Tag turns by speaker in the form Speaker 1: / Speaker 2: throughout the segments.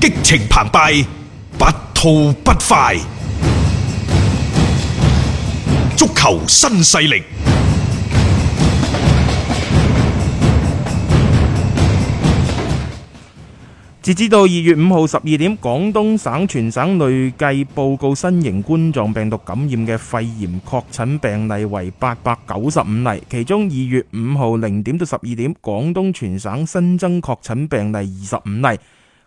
Speaker 1: 激情澎湃，不吐不快。足球新勢力。
Speaker 2: 截至到二月五號十二點，廣東省全省累計報告新型冠狀病毒感染嘅肺炎確診病例為八百九十五例，其中二月五號零點到十二點，廣東全省新增確診病例二十五例。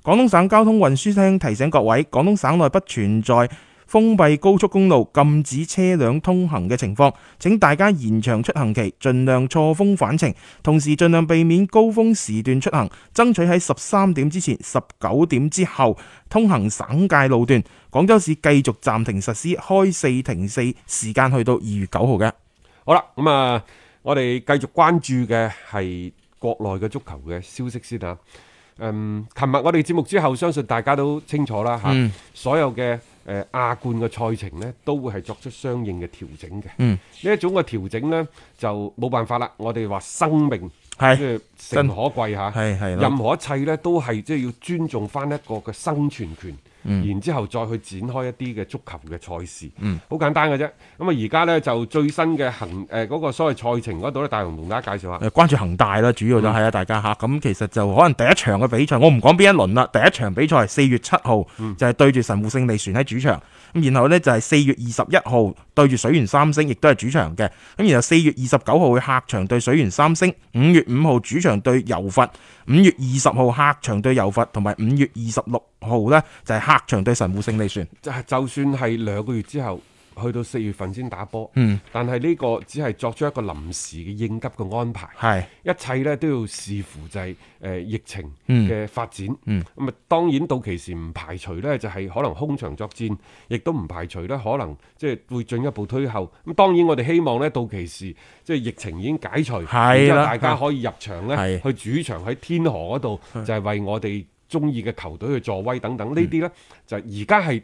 Speaker 2: 廣東省交通運輸廳提醒各位，廣東省內不存在封閉高速公路禁止車輛通行嘅情況，請大家延長出行期，盡量錯峰返程，同時盡量避免高峰時段出行，爭取喺十三點之前、十九點之後通行省界路段。廣州市繼續暫停實施開四停四，時間去到二月九號嘅。
Speaker 3: 好啦，咁、啊，我哋繼續關注嘅係國內嘅足球嘅消息先啊。嗯，琴日我哋節目之後，相信大家都清楚啦嚇。
Speaker 2: 嗯
Speaker 3: 所有嘅誒、呃、亞冠嘅賽程呢，都會係作出相應嘅調整嘅。
Speaker 2: 嗯，
Speaker 3: 呢一種嘅調整呢，就冇辦法啦。我哋話生命
Speaker 2: 係
Speaker 3: 即係誠
Speaker 2: 哎真
Speaker 3: 可貴嚇，
Speaker 2: 係係咯
Speaker 3: 任何一切呢，都係即係要尊重翻一個嘅生存權。
Speaker 2: 嗯
Speaker 3: 然之後再去展開一啲嘅足球嘅賽事，好簡單嘅啫。咁啊，而家呢，就最新嘅行誒嗰、個所謂賽程嗰度呢，大雄同大家介紹下。
Speaker 2: 誒呃關注恒大啦，主要就
Speaker 3: 嗯
Speaker 2: 係啊，大家嚇咁其實就可能第一場嘅比賽，我唔講邊一輪啦。第一場比賽係四月七號，
Speaker 3: 嗯
Speaker 2: 就係對住神戶勝利船喺主場。咁然後呢，就係四月二十一號對住水原三星，亦都係主場嘅。咁然後四月二十九號去客場對水原三星，五月五號主場對柔佛，五月二十號客場對柔佛，同埋五月二十六號呢，就係客場對神戶勝利船。
Speaker 3: 就就算係兩個月之後，去到四月份先打波，
Speaker 2: 嗯
Speaker 3: 但係呢個只係作出一個臨時嘅應急嘅安排，
Speaker 2: 係
Speaker 3: 一切呢都要視乎就係、呃疫情
Speaker 2: 嗯
Speaker 3: 嘅發展。咁啊、當然到期時唔排除呢就係、可能空場作戰，亦都唔排除呢可能即係會進一步推後。咁當然我哋希望呢到期時即係疫情已經解除，
Speaker 2: 係
Speaker 3: 然之後
Speaker 2: 啦
Speaker 3: 大家可以入場呢
Speaker 2: 係嗯
Speaker 3: 去主場喺天河嗰度，就係為我哋中意嘅球隊去助威等等。呢啲呢，就而家係。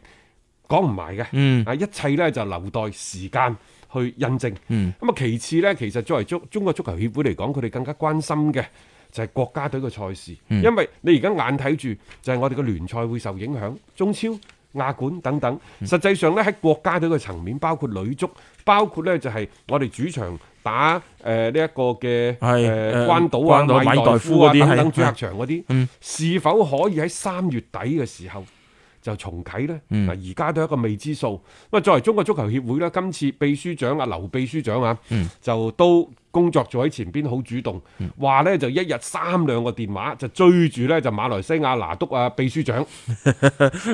Speaker 3: 講唔埋嘅，啊、
Speaker 2: 嗯
Speaker 3: 一切呢就留待時間去印證。咁啊、
Speaker 2: 嗯
Speaker 3: 其次呢，其實作為足中國足球協會嚟講，佢哋更加關心嘅就係國家隊嘅賽事，
Speaker 2: 嗯
Speaker 3: 因為你而家眼睇住就係我哋嘅聯賽會受影響，中超、亞冠等等。
Speaker 2: 嗯
Speaker 3: 實際上呢，喺國家隊嘅層面，包括女足，包括呢就係我哋主場打呃誒呢一個嘅誒、
Speaker 2: 係誒
Speaker 3: 呃、關島啊、
Speaker 2: 關島
Speaker 3: 米
Speaker 2: 米代
Speaker 3: 代
Speaker 2: 夫
Speaker 3: 夫啊
Speaker 2: 嗰啲
Speaker 3: 等
Speaker 2: 係
Speaker 3: 等主客場嗰啲，
Speaker 2: 嗯
Speaker 3: 是否可以喺三月底嘅時候？就重啟呢？
Speaker 2: 嗯
Speaker 3: 嗱，而家都係一個未知數。咁啊，作為中國足球協會呢，今次秘書長啊，劉秘書長啊，
Speaker 2: 嗯
Speaker 3: 就都工作做喺前邊，好主動，話呢就一日三兩個電話，就追住呢就馬來西亞拿督啊秘書 長，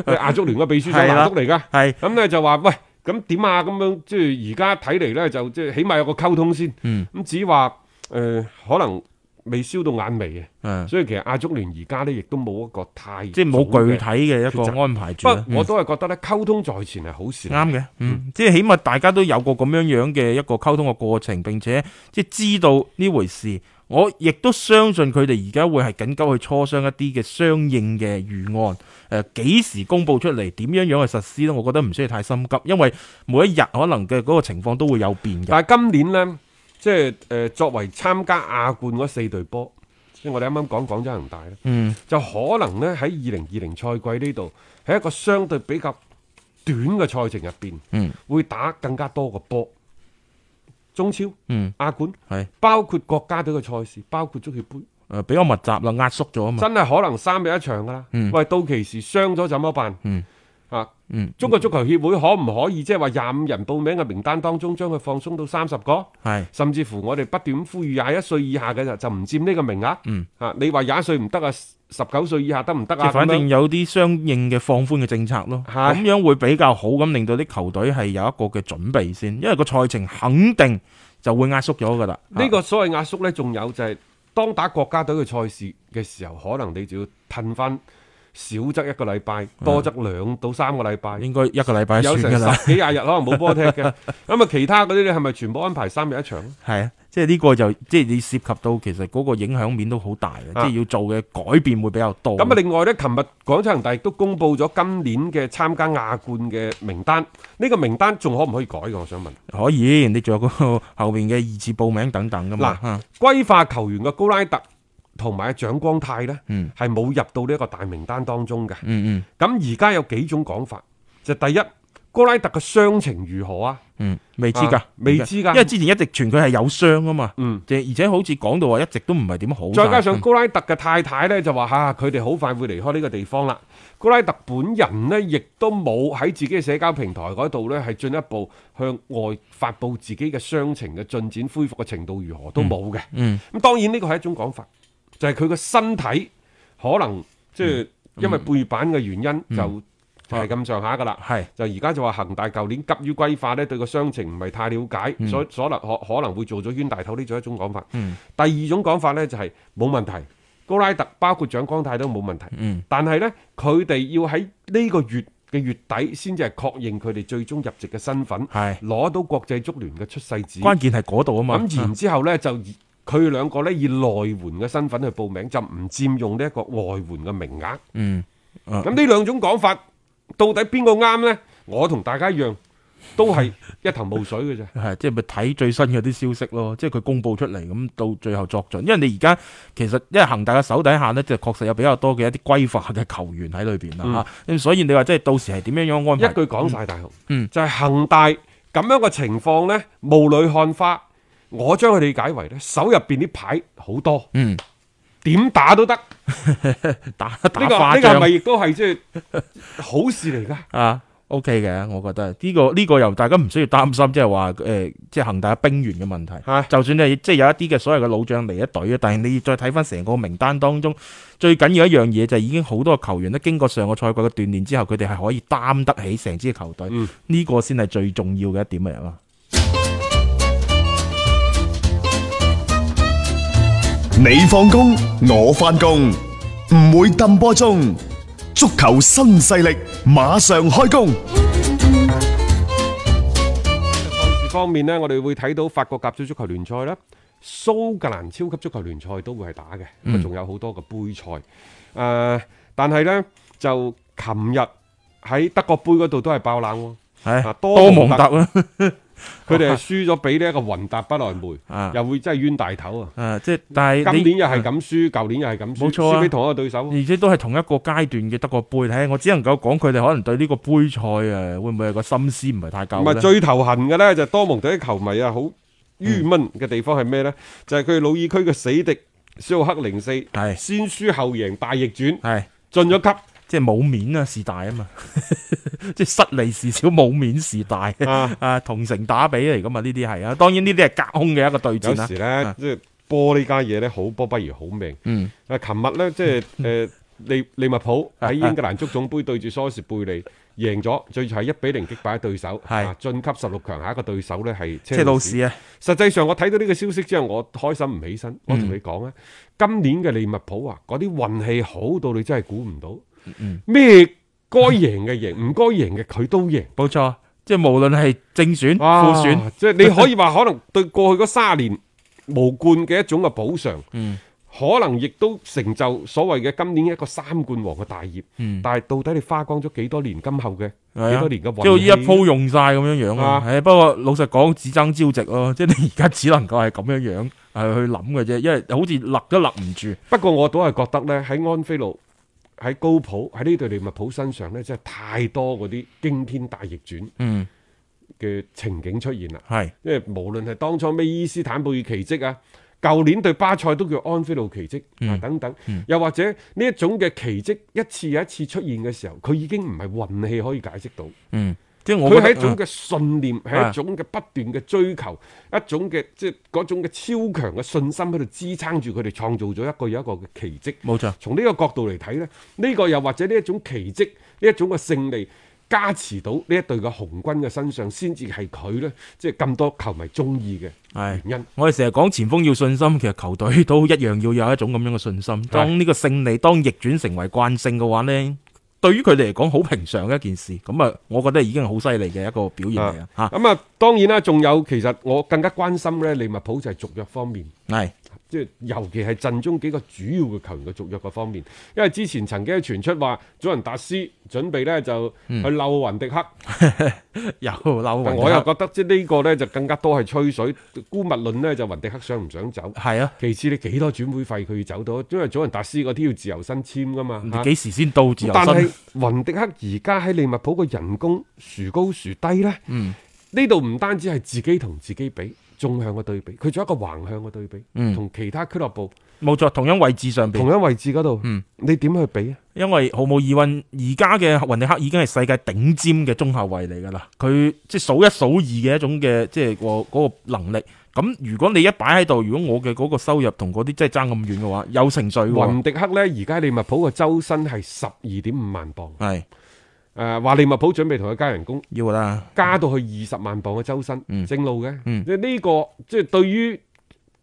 Speaker 3: 亞足聯嘅秘書長
Speaker 2: 係啦
Speaker 3: 拿督嚟㗎。
Speaker 2: 係
Speaker 3: 咁呢就話喂，咁點啊？咁樣即係而家睇嚟呢，就即係起碼有個溝通先。
Speaker 2: 嗯
Speaker 3: 咁只話誒，可能未燒到眼眉啊。
Speaker 2: 誒，
Speaker 3: 所以其實亞足聯而家呢，亦都冇一個太
Speaker 2: 嗯即係冇
Speaker 3: 早嘅
Speaker 2: 具體嘅一
Speaker 3: 抉擇
Speaker 2: 個安排住啊嗯啦。
Speaker 3: 不，我都係覺得咧，溝通在前係好事嚟。
Speaker 2: 啱嘅，嗯，即係起碼大家都有個咁樣樣嘅一個溝通嘅過程，並且即係知道呢回事。我亦都相信佢哋而家會係緊急去磋商一啲嘅相應嘅預案。誒、幾時公佈出嚟，點樣樣去實施呢？我覺得唔需要太心急，因為每一日可能嘅嗰個情況都會有變嘅。
Speaker 3: 但係今年呢，即係誒、呃作為參加亞冠嗰四隊波，即係我哋啱啱講廣州恒大咧，
Speaker 2: 嗯，
Speaker 3: 就可能呢喺二零二零賽季呢度，喺一個相對比較短嘅賽程入邊，
Speaker 2: 嗯，
Speaker 3: 會打更加多嘅波。中超、
Speaker 2: 嗯、
Speaker 3: 亞冠，
Speaker 2: 係
Speaker 3: 包括國家隊嘅賽事，包括足協杯，
Speaker 2: 誒比較密集啦，壓縮咗啊嘛。
Speaker 3: 真係可能三日一場噶啦。喂，到期時傷咗怎麼辦？
Speaker 2: 嗯
Speaker 3: 啊，
Speaker 2: 嗯，
Speaker 3: 中國足球協會可唔可以即係話廿五人報名嘅名單當中，將佢放鬆到三十個，
Speaker 2: 係
Speaker 3: 甚至乎我哋不斷咁呼籲廿一歲以下嘅就就唔佔呢個名額。
Speaker 2: 嗯，
Speaker 3: 啊，你話廿一歲唔得啊，十九歲以下得唔得
Speaker 2: 即係
Speaker 3: 啊？
Speaker 2: 反
Speaker 3: 咁
Speaker 2: 正
Speaker 3: 樣
Speaker 2: 有啲相應嘅放寬嘅政策咯，
Speaker 3: 係
Speaker 2: 咁樣會比較好，咁令到啲球隊係有一個嘅準備先，因為個賽程肯定就會壓縮咗噶啦。
Speaker 3: 呢個所謂壓縮呢，仲有就係當打國家隊嘅賽事嘅時候，可能你就要褪翻少則一個禮拜，多則
Speaker 2: 嗯
Speaker 3: 兩到三個禮拜
Speaker 2: 啊。應該一個禮拜
Speaker 3: 有
Speaker 2: 就
Speaker 3: 成
Speaker 2: 算噶啦，
Speaker 3: 十幾 廿日可能冇波踢嘅，咁啊其他嗰啲你係咪全部安排三日一場？
Speaker 2: 係啊，即係呢個就即係你涉及到其實嗰個影響面都好大嘅，
Speaker 3: 啊
Speaker 2: 即係要做嘅改變會比較多。
Speaker 3: 咁啊，另外呢，琴日廣州恒大亦都公布咗今年嘅參加亞冠嘅名單。呢、個名單仲可唔可以改嘅？我想問。
Speaker 2: 可以，你仲有個後面嘅二次報名等等噶嘛
Speaker 3: 嗱？
Speaker 2: 啊
Speaker 3: 歸化球員嘅高拉特同埋蔣光泰呢，
Speaker 2: 嗯
Speaker 3: 係冇入到呢一個大名單當中嘅。
Speaker 2: 嗯
Speaker 3: 咁而家有幾種講法，就第一，高拉特嘅傷情如何啊？
Speaker 2: 嗯嗯，未知㗎
Speaker 3: 啊，未知㗎
Speaker 2: 因為之前一直傳佢係有傷啊嘛，
Speaker 3: 嗯，
Speaker 2: 即係而且好似講到話一直都唔係點好嗯晒。
Speaker 3: 再加上高拉特嘅太太呢，就話嚇佢哋好快會離開呢個地方啦。高拉特本人呢，亦都冇喺自己嘅社交平台嗰度呢，係進一步向外發布自己嘅傷情嘅進展、恢復嘅程度如何都冇嘅。
Speaker 2: 嗯
Speaker 3: 咁當然呢個係一種講法，就係佢個身體可能即
Speaker 2: 嗯
Speaker 3: 係因為背板嘅原因就係咁上下噶啦。
Speaker 2: 係
Speaker 3: 就而家就話恒大舊年急於歸化呢，對個傷情唔係太了解，所以所能可可能會做咗冤大頭呢種一種講法。
Speaker 2: 嗯
Speaker 3: 第二種講法呢，就係冇問題，高拉特包括蔣光泰都冇問題。
Speaker 2: 嗯
Speaker 3: 但係呢，佢哋要喺呢個月嘅月底先至係確認佢哋最終入籍嘅身份，
Speaker 2: 係
Speaker 3: 攞到國際足聯嘅出世紙。
Speaker 2: 關鍵係嗰度啊嘛。
Speaker 3: 咁然之後呢，就以佢兩個呢以內援嘅身份去報名，就唔佔用呢一個外援嘅名額。
Speaker 2: 嗯啊
Speaker 3: 咁呢兩種講法，到底邊個啱呢？我同大家一樣，都係一頭霧水嘅啫。
Speaker 2: 係，即係咪睇最新嗰啲消息咯？即係佢公佈出嚟，咁到最後作準。因為你而家其實因為恒大嘅手底下呢，就確實有比較多嘅一啲規劃嘅球員喺裏邊啦啊嚇。咁、所以你話即係到時係點樣樣安
Speaker 3: 一
Speaker 2: 排？
Speaker 3: 句講晒大雄，
Speaker 2: 嗯
Speaker 3: 就係恒大咁樣嘅情況呢，霧裏看花。我將佢理解為呢，手入邊啲牌好多，
Speaker 2: 嗯，
Speaker 3: 點打都得。呢、
Speaker 2: 打
Speaker 3: 個
Speaker 2: 打花啊
Speaker 3: 呢、個
Speaker 2: 仗
Speaker 3: 係咪亦都係即係好事嚟㗎？
Speaker 2: 啊？OK 嘅，我覺得呢、個呢、個又大家唔需要擔心，即係話誒，即係恒大嘅兵源嘅問題。
Speaker 3: 係
Speaker 2: 就算你即係有一啲嘅所謂嘅老將離一隊啊，但係你再睇翻成個名單當中，最緊要一樣嘢就係已經好多球員咧經過上個賽季嘅鍛鍊之後，佢哋係可以擔得起成支球隊，
Speaker 3: 嗯
Speaker 2: 呢、個先係最重要嘅一點嚟啊嘛。
Speaker 4: 你放工，我翻工，唔會抌波鐘。足球新勢力馬上開工。
Speaker 3: 事方面呢，我哋會睇到法國甲組足球聯賽啦，蘇格蘭超級足球聯賽都會係打嘅，咁啊
Speaker 2: 嗯
Speaker 3: 仲有好多嘅杯賽。誒、但係呢，就琴日喺德國杯嗰度都係爆冷
Speaker 2: 係
Speaker 3: 啊
Speaker 2: 多
Speaker 3: 多
Speaker 2: 蒙
Speaker 3: 蒙
Speaker 2: 特啦，
Speaker 3: 喎，佢哋係輸咗俾呢一個雲達不萊梅，
Speaker 2: 啊
Speaker 3: 又會真係冤大頭啊！
Speaker 2: 啊即係但係
Speaker 3: 今
Speaker 2: 你
Speaker 3: 年又係，咁輸，舊年又係咁輸，
Speaker 2: 冇錯啊
Speaker 3: 輸俾同一個對手。
Speaker 2: 而且都係同一個階段嘅德國杯，睇我只能夠講佢哋可能對呢個杯賽啊，會唔會係個心思唔係太
Speaker 3: 唔
Speaker 2: 夠
Speaker 3: 係
Speaker 2: 咧？
Speaker 3: 最頭痕嘅呢，就多蒙特啲球迷啊，好鬱悶嘅地方係咩
Speaker 2: 嗯
Speaker 3: 呢？就係佢哋魯爾區嘅死敵蘇奧克零四，
Speaker 2: 係
Speaker 3: 先輸後贏大逆轉，
Speaker 2: 係
Speaker 3: 進咗級。
Speaker 2: 即係冇面啊，事大啊嘛， 即係失利事小，冇面事大
Speaker 3: 啊
Speaker 2: 啊，同城打比嚟噶嘛，呢啲係啊，當然呢啲係隔空嘅一個對
Speaker 3: 有
Speaker 2: 戰啦
Speaker 3: 時。
Speaker 2: 啊
Speaker 3: 呢，即係波呢家嘢呢，好波不如好命。
Speaker 2: 嗯，啊
Speaker 3: 啊，琴日呢，即 係誒利利物浦喺英格蘭足總杯對住梳士貝利贏咗，最後係一比零擊敗對手，
Speaker 2: 係
Speaker 3: 啊晉級十六強，下一個對手呢係
Speaker 2: 車
Speaker 3: 車
Speaker 2: 路
Speaker 3: 路
Speaker 2: 士
Speaker 3: 士。
Speaker 2: 啊，
Speaker 3: 實際上我睇到呢個消息之後，我開心唔起
Speaker 2: 嗯
Speaker 3: 身。我同你講啊，今年嘅利物浦啊，嗰啲運氣好到你真係估唔到，
Speaker 2: 嗯
Speaker 3: 咩該贏嘅贏，唔該贏嘅佢都贏。
Speaker 2: 冇錯，即係無論係正選、
Speaker 3: 哇
Speaker 2: 副選，，
Speaker 3: 即係你可以話可能對過去嗰三年無冠嘅一種嘅補償，
Speaker 2: 嗯
Speaker 3: 可能亦都成就所謂嘅今年一個三冠王嘅大業。
Speaker 2: 嗯
Speaker 3: 但係到底你花光咗幾多年今後嘅
Speaker 2: 係
Speaker 3: 幾
Speaker 2: 啊
Speaker 3: 多年嘅
Speaker 2: 即係好似一
Speaker 3: 運氣？
Speaker 2: 鋪用晒咁樣樣啊
Speaker 3: 啊。
Speaker 2: 係不過老實講，只爭朝夕咯，即係你而家只能夠係咁樣樣係去諗嘅啫，因為好似勒都勒唔住。
Speaker 3: 不過我都係覺得呢，喺安菲路、喺高普、喺呢隊利物浦身上呢，真係太多嗰啲驚天大逆轉
Speaker 2: 嗯，
Speaker 3: 嘅情景出現啦。
Speaker 2: 係
Speaker 3: 因為無論係當初咩伊斯坦布爾奇蹟啊，舊年對巴塞都叫安菲路奇蹟
Speaker 2: 嗯
Speaker 3: 啊等等，又或者呢一種嘅奇蹟一次又一次出現嘅時候，佢已經唔係運氣可以解釋到，
Speaker 2: 嗯，即係我
Speaker 3: 佢
Speaker 2: 覺
Speaker 3: 係
Speaker 2: 得
Speaker 3: 一種嘅信念，係
Speaker 2: 啊
Speaker 3: 一種嘅不斷嘅追求，一種嘅即係嗰種嘅超強嘅信心喺度支撐住佢哋創造咗一個又一個嘅奇蹟。
Speaker 2: 嗯冇錯。
Speaker 3: 從呢個角度嚟睇呢，呢、個又或者呢一種奇蹟，呢一種嘅勝利。加持到呢一隊嘅紅軍嘅身上，先至係佢呢，即係咁多球迷中意嘅
Speaker 2: 係
Speaker 3: 原因。
Speaker 2: 我哋成日講前鋒要信心，其實球隊都一樣要有一種咁樣嘅信心。當呢個勝利當逆轉成為慣性嘅話呢，對於佢哋嚟講好平常嘅一件事。咁啊，我覺得已經係好犀利嘅一個表現嚟啊！嚇，
Speaker 3: 咁啊，當然啦，仲有其實我更加關心呢利物浦就係續約方面。
Speaker 2: 係
Speaker 3: 即係尤其係陣中幾個主要嘅球員嘅續約嘅方面，因為之前曾經傳出話祖雲達斯準備呢就去溜雲迪克，
Speaker 2: 有嬲
Speaker 3: 但我又覺得即係呢個呢就更加多係吹水，姑勿論呢就雲迪克想唔想走。
Speaker 2: 係啊，
Speaker 3: 其次你幾多轉會費佢要走到？因為祖雲達斯嗰啲要自由身簽噶嘛。
Speaker 2: 你
Speaker 3: 嚇
Speaker 2: 幾時先到嗯自由
Speaker 3: 但係
Speaker 2: 身？
Speaker 3: 雲迪克而家喺利物浦個人工殊高殊低呢，
Speaker 2: 嗯
Speaker 3: 呢度唔單止係自己同自己比，縱向嘅對比，佢仲有一個橫向嘅對比，
Speaker 2: 嗯
Speaker 3: 同其他俱樂部
Speaker 2: 冇錯，同樣位置上邊
Speaker 3: 同，一位置嗰度，
Speaker 2: 嗯
Speaker 3: 你點去比啊？
Speaker 2: 因為毫無疑問，而家嘅雲迪克已經係世界頂尖嘅中後衞嚟㗎啦。佢即係數一數二嘅一種嘅即係個嗰個能力。咁如果你一擺喺度，如果我嘅嗰個收入同嗰啲真係爭咁遠嘅話，有程序喎。
Speaker 3: 雲迪克呢，而家利物浦個周薪係十二點五萬磅，誒、
Speaker 2: 係
Speaker 3: 話利物浦準備同佢加人工。
Speaker 2: 要㗎啦，
Speaker 3: 加到去二十萬磅嘅周薪，
Speaker 2: 嗯
Speaker 3: 正路嘅。
Speaker 2: 嗯
Speaker 3: 即係呢個即係對於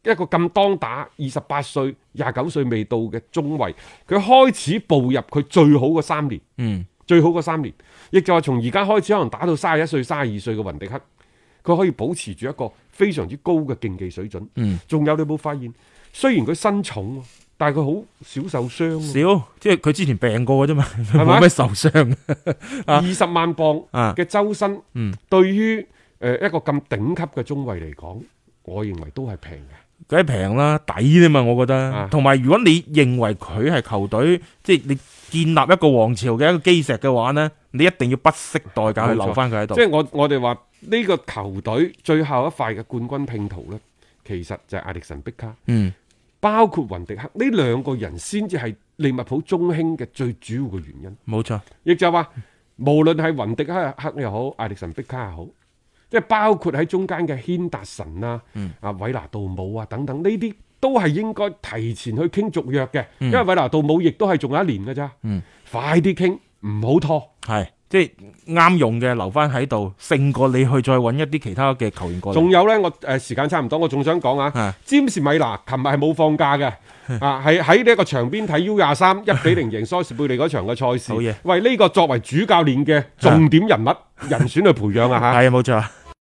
Speaker 3: 一個咁當打二十八歲、廿九歲未到嘅中衞，佢開始步入佢最好嘅三年，
Speaker 2: 嗯，
Speaker 3: 最好嘅三年，亦就係從而家開始可能打到三十一歲、三十二歲嘅雲迪克，佢可以保持住一個非常之高嘅競技水準。
Speaker 2: 嗯，
Speaker 3: 仲有你有冇發現？雖然佢身重喎，但係佢好少受傷喎。
Speaker 2: 少即係佢之前病過嘅啫嘛，
Speaker 3: 咪
Speaker 2: 冇咩受傷。啊
Speaker 3: 二十萬磅
Speaker 2: 啊
Speaker 3: 嘅周薪，
Speaker 2: 嗯
Speaker 3: 對於誒一個咁頂級嘅中衞嚟講，我認為都係平嘅。
Speaker 2: 梗係平啦，抵啫嘛，我覺得
Speaker 3: 啊。
Speaker 2: 同埋、如果你認為佢係球隊，即係你建立一個王朝嘅一個基石嘅話呢，你一定要不惜代價去
Speaker 3: 冇錯
Speaker 2: 留翻佢喺度
Speaker 3: 即。係我我哋話呢個球隊最後一塊嘅冠軍拼圖呢，其實就係艾力神碧卡，
Speaker 2: 嗯，
Speaker 3: 包括雲迪克呢兩個人先至係利物浦中興嘅最主要嘅原因。
Speaker 2: 冇錯，
Speaker 3: 亦就係話，無論係雲迪克克又好，艾力神碧卡又好，即係包括喺中間嘅軒達臣啊、
Speaker 2: 嗯
Speaker 3: 啊韋拿杜姆啊等等，呢啲都係應該提前去傾續約嘅，因為韋拿杜姆亦都係仲有一年㗎咋，
Speaker 2: 嗯
Speaker 3: 快啲傾，唔好拖。
Speaker 2: 係即係啱用嘅留翻喺度，勝過你去再揾一啲其他嘅球員過嚟。
Speaker 3: 仲有呢，我誒、呃、時間差唔多，我仲想講
Speaker 2: 啊
Speaker 3: 啊，詹士米拿琴日係冇放假嘅，
Speaker 2: 嗯
Speaker 3: 啊係喺呢一個場邊睇 U 廿三一比零贏蘇士貝利嗰場嘅賽
Speaker 2: 好嘢
Speaker 3: 事，為呢個作為主教練嘅重點人物人選去培養啊嚇。
Speaker 2: 係啊，冇錯。